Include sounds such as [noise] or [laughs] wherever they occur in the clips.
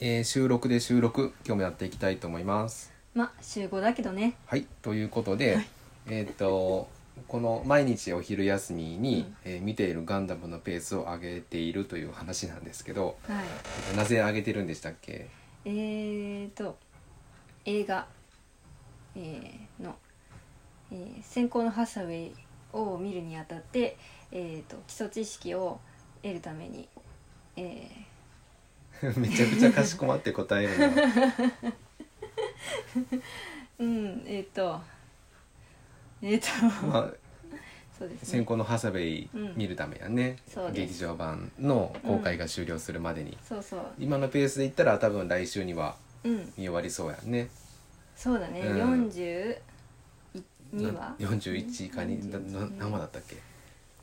えー収録で収録今日もやっていきたいと思いますまあ集合だけどねはいということで、えーっとこの毎日お昼休みに、うんえー見ているガンダムのペースを上げているという話なんですけどはいなぜ上げてるんでしたっけ [laughs] えーと映画、えーの、えー先行のハサウェイを見るにあたって、えーと基礎知識を得るために、えめちゃくちゃかしこまって答えるなーうんえーとえーと、 [laughs] まあそうです先ね行のハサベイうん見るためやね、そうで劇す場版の公開が終了するまでに、そうそう今のペースでいったら多分来週にはうん見終わりそうやんねそうだね、うん42話な41かにだな何話だったっけ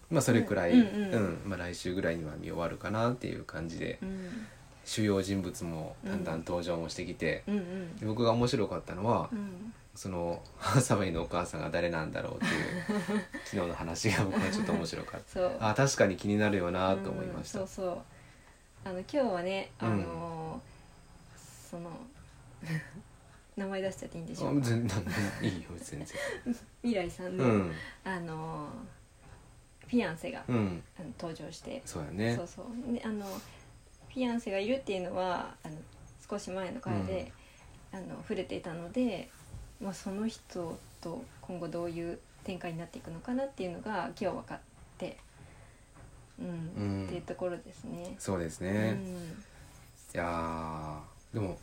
まあそれくらい、うんうんうんまあ、来週ぐらいには見終わるかなっていう感じで、うん主要人物もだんだん登場もしてきて、うんうんで僕が面白かったのは、うんそのハサウェイのお母さんが誰なんだろうっていう [laughs] 昨日の話が僕はちょっと面白かった。そうあ確かに気になるよなと思いました、うんそうそうあの今日はねあのーうんその [laughs] 名前出しちゃっていいんでしあょうか全然いいよ全然未来さんうの、んあのーフィアンセが、うんあの登場して、そうやねそうそうであのフィアンセがいるっていうのはあの少し前の回で、あの触れていたので、まあ、その人と今後どういう展開になっていくのかなっていうのが今日分かって、うんうんっていうところですね。そうですね、うんいやーでも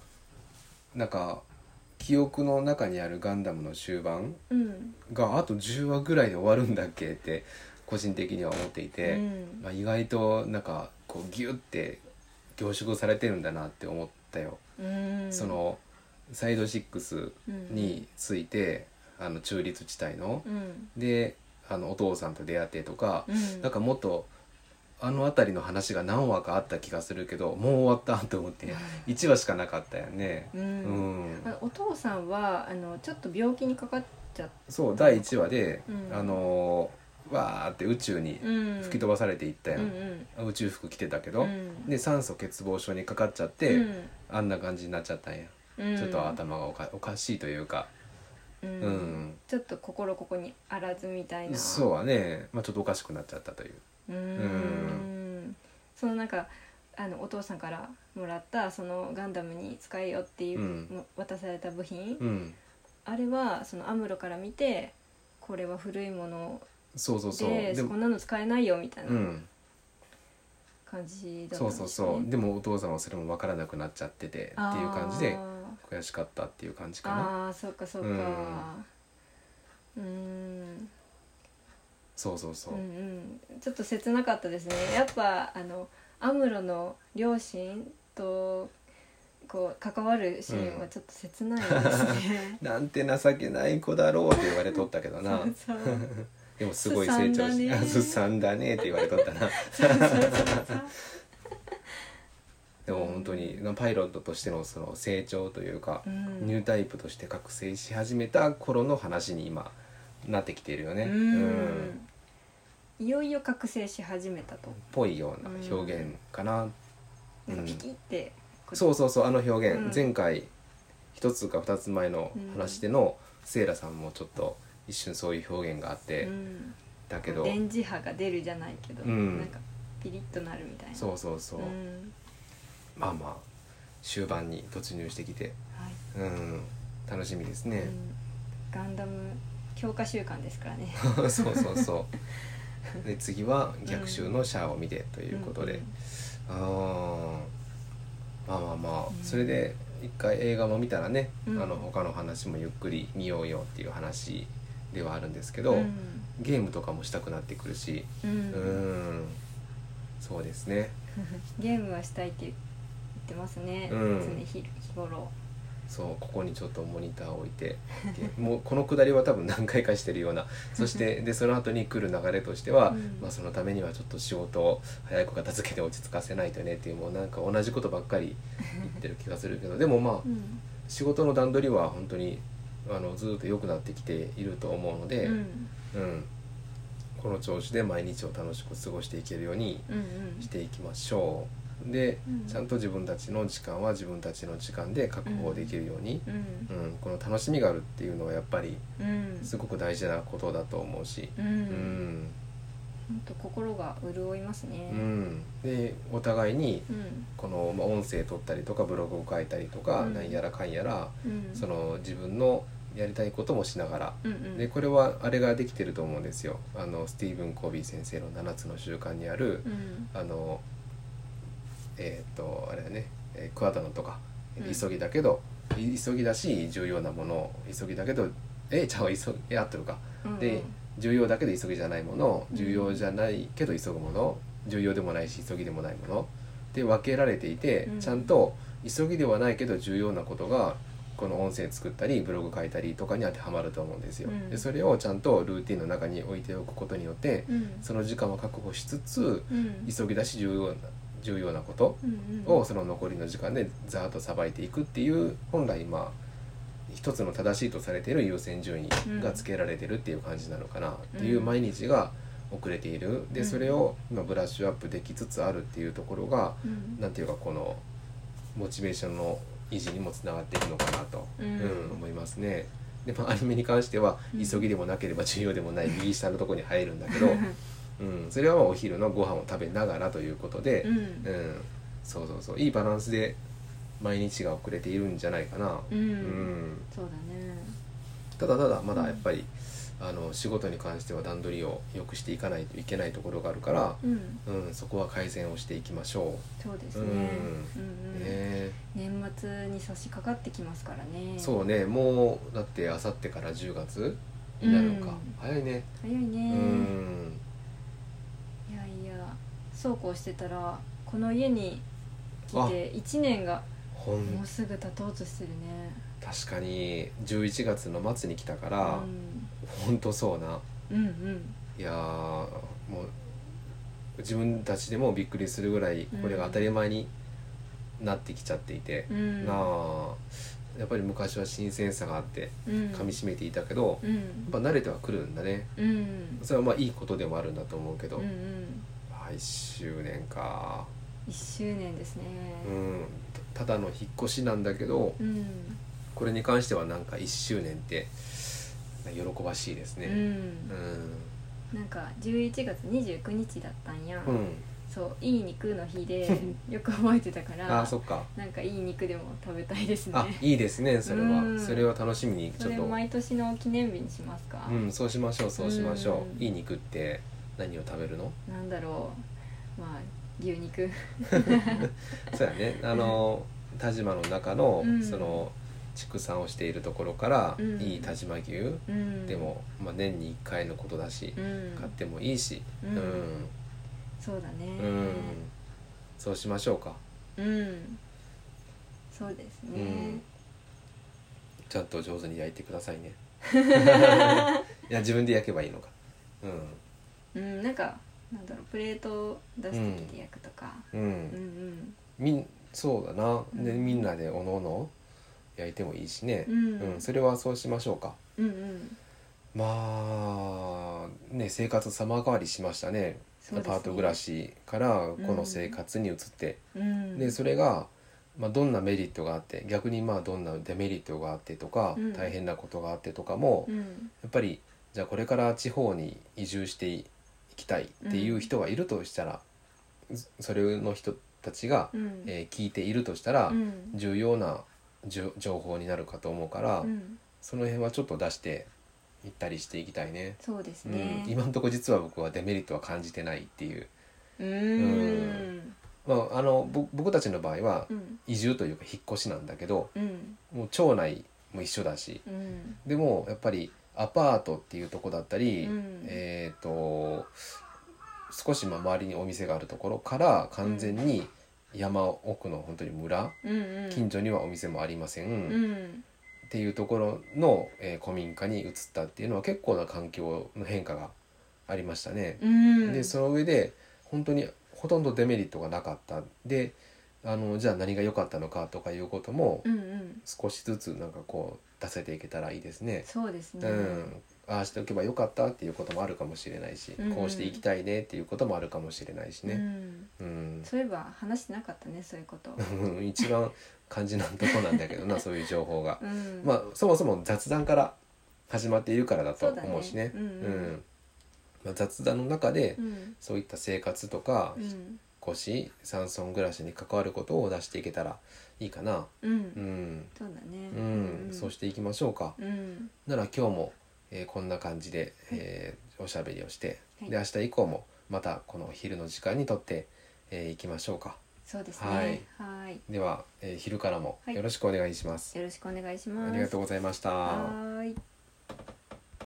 なんか記憶の中にあるガンダムの終盤うんがあと10話ぐらいで終わるんだっけって個人的には思っていうて、んまあ、意外となんかこうギュッて凝縮されてるんだなって思ったよ、うんそのサイド6について、あの中立地帯の、うんであのお父さんと出会ってとか、うんなんかもっとあの辺りの話が何話かあった気がするけどもう終わったと思って1話しかなかったよね。ううんん、あのお父さんはあのちょっと病気にかかっちゃっそう第1話で、うんあのーわーって宇宙にた、うん、吹き飛ばされていったやん、うんうん宇宙服着てたけうど、んで酸素欠乏症にかかっちゃって、うんあんな感じになっちゃったんや、うんちょっと頭がおかおかしいというか、ううんんちょっと心ここにあらずみたいなそうはね、まあ、ちょっとおかしくなっちゃったという。うーんそのなんかあのお父さんからもらったそのガンダムに使えよっていう、うんも渡された部品、うん、あれはそのアムロから見てこれは古いものそうそうそうででこも、、んなの使えないよみたいうなん感じだったそんうですねそうそうでもお父さんはそれも分からなくなっちゃっててっていう感じであ悔しかったっていう感じーかなあーそうかそうかうーんそうそうそうう、んうんちょっと切なかったですねやっぱあのアムロの両親とこう関わるシーンはちょっと切ないですね、なんて情けない子だろうって言われとったけどな [laughs] [laughs] そうそうでもすごい成長しすさんだねて「 [laughs] すさんだね」って言われとったなでも本当にパイロットとしてのその成長というか、うんニュータイプとして覚醒し始めた頃の話に今なってきているよねううんんいよいよ覚醒し始めたとぽいような表現かな、なんかうんピキってこそうそうそうあの表現、うん前回一つか二つ前の話での、セイラさんもちょっと一瞬そういう表現があって、うんだけど電磁波が出るじゃないけど、うんなんかピリッとなるみたいなそうそうそう、んまあまあ終盤に突入してきてはいうん楽しみですうね、んガンダム強化週間ですからねそうそうそうで次は逆襲のシャアを見てと [laughs] いうことで、あーまあまあまあ、うんそれで一回映画も見たらね、うんあの他の話もゆっくり見ようよっていう話ではあるんですけど、うんゲームとかもしたくなってくるしうんううんんそうですね [laughs] ゲームはしたいって言ってますね、うん常日日頃そうここにちょっとモニターを置いてで [laughs] もうこのくだりは多分何回かしてるようなそして [laughs] でその後に来る流れとしては、うんまあ、そのためにはちょっと仕事を早く片付けて落ち着かせないとねっていうもうなんか同じことばっかり言ってる気がするけどでもまあうん、仕事の段取りは本当にあのずっと良くなってきていると思うので、うんうんこの調子で毎日を楽しく過ごしていけるようにうんうんしていきましょう。で、うんちゃんと自分たちの時間は自分たちの時間で確保できるように、うんうんこの楽しみがあるっていうのはやっぱりうんすごく大事なことだと思うし、ううんんほんと心が潤いますねうん、でお互いにうんこの、まあ、音声取ったりとかブログを書いたりとか、うんなんやらかんやらうんその自分のやりたいこともしながらうんうんでこれはあれができてると思うんですよあのスティーブン・コービー先生の「7つの習慣」にある、うんあのえーっとあれだね、えークワダノとか、うん急ぎだけどい急ぎだし重要なものを急ぎだけどえちゃう急ぎえ合ってるかうんで重要だけど急ぎじゃないものうん重要じゃないけど急ぐもの重要でもないし急ぎでもないもので分けられていて、うんちゃんと急ぎではないけど重要なことがこの音声作ったりブログ書いたりとかに当てはまると思うんですよ。うんでそれをちゃんとルーティンの中に置いておくことによってうんその時間を確保しつつうんうん急ぎだし重要な重要なことうんをその残りの時間でざーっとさばいていくっていう本来まあ一つの正しいとされている優先順位がつけられてるっていう感じなのかなっていううん毎日が遅れているうでんそれを今ブラッシュアップできつつあるっていうところがうん何ていうかこのモチベーションの維持にもつながっていくのかなと、ううんん、思いますね。でまあアニメに関してはうん急ぎでもなければ重要でもない右下のところに入るんだけど、うん、それはまあお昼のご飯を食べながらということで、うんうん、そうそうそういいバランスで毎日が遅れているんじゃないかな、ううんんそうだねただただまだやっぱり、あの仕事に関しては段取りを良くしていかないといけないところがあるから、うんうん、そこは改善をしていきましょそうですねうんうんう、ねうんえ年末に差し掛かってきますからねそうねもうだってあさってから10月になるのか、うん早いね早いうねん、いやいやそうこうしてたらこの家に来て1年がほんもうすぐ経とうとしてるね確かに11月の末に来たかうら、んほんとそうなうんうんいやーもう自分たちでもびっくりするぐらいこれが当たり前になってきちゃっていて、うんなあやっぱり昔は新鮮さがあってうん噛みしめていたけど、うんやっぱ慣れてはくるんだねうんうんそれはまあいいことでもあるんだと思うけど、うんあ1周年か1周年ですねうんただの引っ越しなんだけどうんこれに関してはなんか1周年って喜ばしいですうねんうんなんか11月29日だったんやうん、そういい肉の [laughs] 日でよく覚えてたかあらあそっかなんかいい肉でも食べたいですねあいいですねそれは、うんそれを楽しみにちょそっれと毎年の記念日にしますか、うんそうしましょうそうしましょう、うんいい肉って何を食べるのなんだろうまあ牛肉そうやねあの田島の中の、うんその畜産をしているところから、うんいい田島牛、うん [laughs] でも、まあ、年に1回のことだしう、ん買ってもいいしうんそうだねうん、うんそうしましょうか、うんそうですうねん、ちゃんと上手に焼いてください [laughs] ねいや自分で焼けばいいのかううん、なんかなんだろうプレートを出してきて焼くとか、んうんうん、うんみんそうだな、うんでみんなでおのおの焼いてもいいしね、うんそれはそうしましょうかうんうんまあね生活様変わりしましたねそうですねアパート暮らしからこの生活に移って、うんでそれが、まあ、どんなメリットがあって逆にまあどんなデメリットがあってとか、うん大変なことがあってとかも、うんやっぱりじゃあこれから地方に移住していきたいっていう人がいるとしたら、それの人たちが、うんえー聞いているとしたら、うん重要なじゅ情報になるかと思うから、うんその辺はちょっと出していったりしていきたいね。そうですうん、ね今のところ実は僕はデメリットは感じてないっていう、うんんまあ、あのぼ僕たちの場合はうん移住というか引っ越しなんだけどうんもう町内も一緒だしうんでもやっぱりアパートっていうとこだったり、うんえっ、と少しまあ周りにお店があるところから完全に山奥の本当に村、うんうん近所にはお店もありません、うんっていうところの、えー古民家に移ったっていうのは結構な環境の変化がありましたね。うんでその上で本当にほとんどデメリットがなかったであのじゃあ何が良かったのかとかいうこともうんうん少しずつなんかこう出せていけたらいいですね。そうですうねん、ああしておけばよかったっていうこともあるかもしれないし、うんうんこうしていきたいねっていうこともあるかもしれないしうね。ん、うん、そういえば話してなかったねそういうこと [laughs] 一番肝心なとこなんだけど [laughs] なそういう情報が。うんまあそもそも雑談から始まっているからだとそうだね思うしね。うんうんまあ、雑談の中で、うんそういった生活とかう引っん越し山村暮らしに関わることを出していけたらいいかな。うん、うん、そうだねうんそうしていきましょうか。うんなら今日も、えーこんな感じで、えーおしゃべりをして、はいで明日以降もまたこの昼の時間にとって、えーいきましょうか。そうですねはいでは、えー昼からもはいよろしくお願いします。よろしくお願いしますありがとうございました。はーい